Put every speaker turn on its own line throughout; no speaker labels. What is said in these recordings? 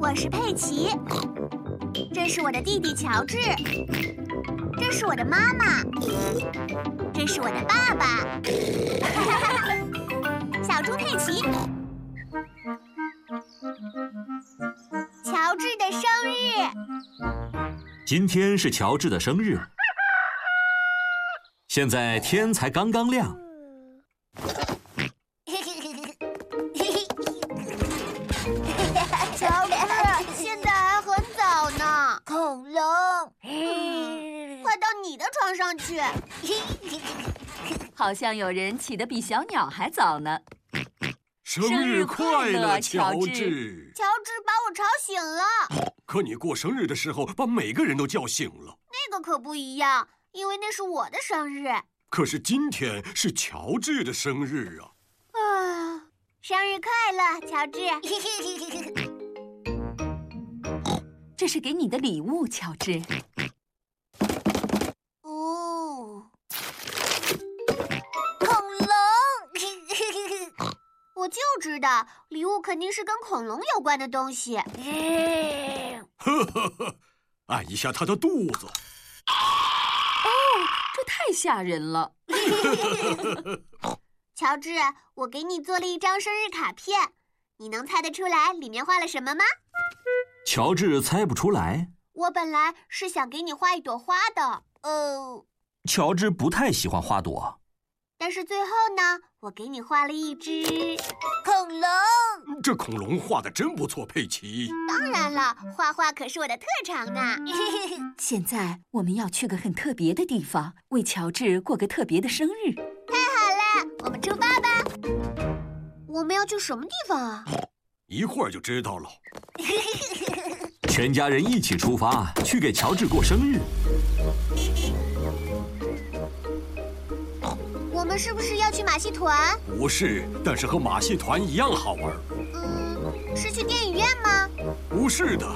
我是佩奇，这是我的弟弟乔治，这是我的妈妈，这是我的爸 爸，小猪佩奇。乔治的生日，
今天是乔治的生日。现在天才刚刚亮。
乔治，现在还很早呢。
恐龙，
快到你的床上去。
好像有人起得比小鸟还早呢。
生日快乐，乔治！
乔治把我吵醒了。
可你过生日的时候把每个人都叫醒了。
那个可不一样，因为那是我的生日。
可是今天是乔治的生日啊！
啊，生日快乐，乔治！
这是给你的礼物，乔治。
哦，
恐龙。
我就知道，礼物肯定是跟恐龙有关的东西。
呵呵呵，按哎一下它的肚子。
哦，这太吓人了。
乔治，我给你做了一张生日卡片，你能猜得出来里面画了什么吗？
乔治猜不出来。
我本来是想给你画一朵花的。呃，
乔治不太喜欢花朵。
但是最后呢，我给你画了一只
恐龙。
这恐龙画的真不错，佩奇。
当然了，画画可是我的特长啊呢。
现在我们要去个很特别的地方，为乔治过个特别的生日。
太好了， 我们出发吧。我们要去什么地方啊？
一会儿就知道了。
全家人一起出发，去给乔治过生日。
我们是不是要去马戏团？
不是，但是和马戏团一样好玩。
嗯，是去电影院吗？
不是的，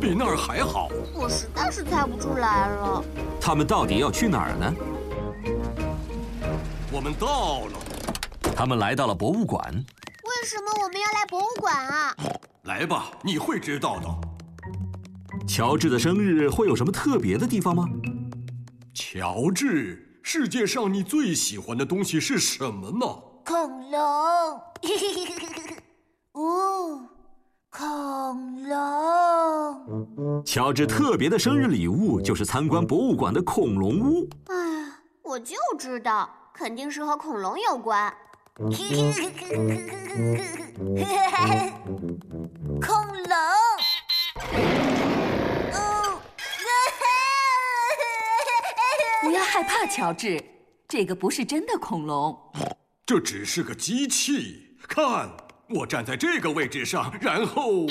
比那儿还好。
我实在是猜不出来了。
他们到底要去哪儿呢？
我们到了。
他们来到了博物馆。
为什么我们要来博物馆啊？
来吧，你会知道的。
乔治的生日会有什么特别的地方吗？
乔治。世界上你最喜欢的东西是什么呢？
恐龙。 哦，恐龙。
乔治特别的生日礼物就是参观博物馆的恐龙屋。
哎，我就知道，肯定是和恐龙有关。
恐 龙。
哦。不要害怕，乔治，这个不是真的恐龙，
这只是个机器。看，我站在这个位置上，然后，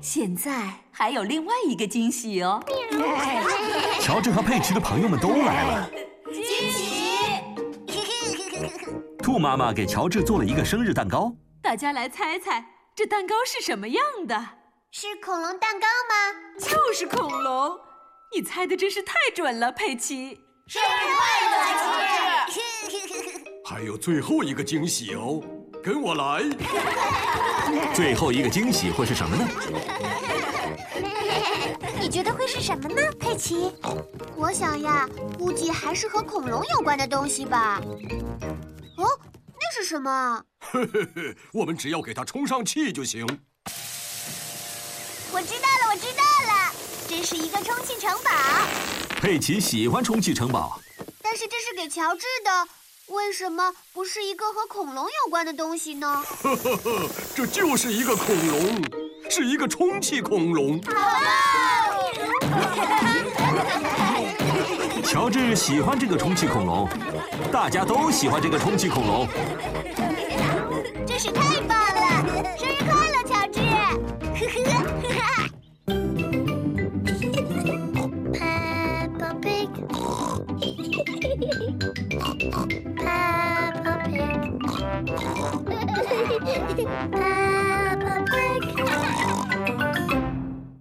现在还有另外一个惊喜哦！
乔治和佩奇的朋友们都来了，
惊喜。
兔妈妈给乔治做了一个生日蛋糕，
大家来猜猜这蛋糕是什么样的？
是恐龙蛋糕吗？
就是恐龙，你猜的真是太准了，佩奇！
生日快乐，乔
治！还有最后一个惊喜哦，跟我来！
最后一个惊喜会是什么呢？
你觉得会是什么呢，佩奇？
我想呀，估计还是和恐龙有关的东西吧。哦，那是什么？
呵呵呵，我们只要给它充上气就行。
我知道了，我知道了，这是一个充气城堡。
佩奇喜欢充气城堡，
但是这是给乔治的，为什么不是一个和恐龙有关的东西呢？
呵呵呵，这就是一个恐龙，是一个充气恐龙。
好棒！
乔治喜欢这个充气恐龙，大家都喜欢这个充气恐龙，
真是太棒了！生日快乐，乔治！呵呵。呃 呃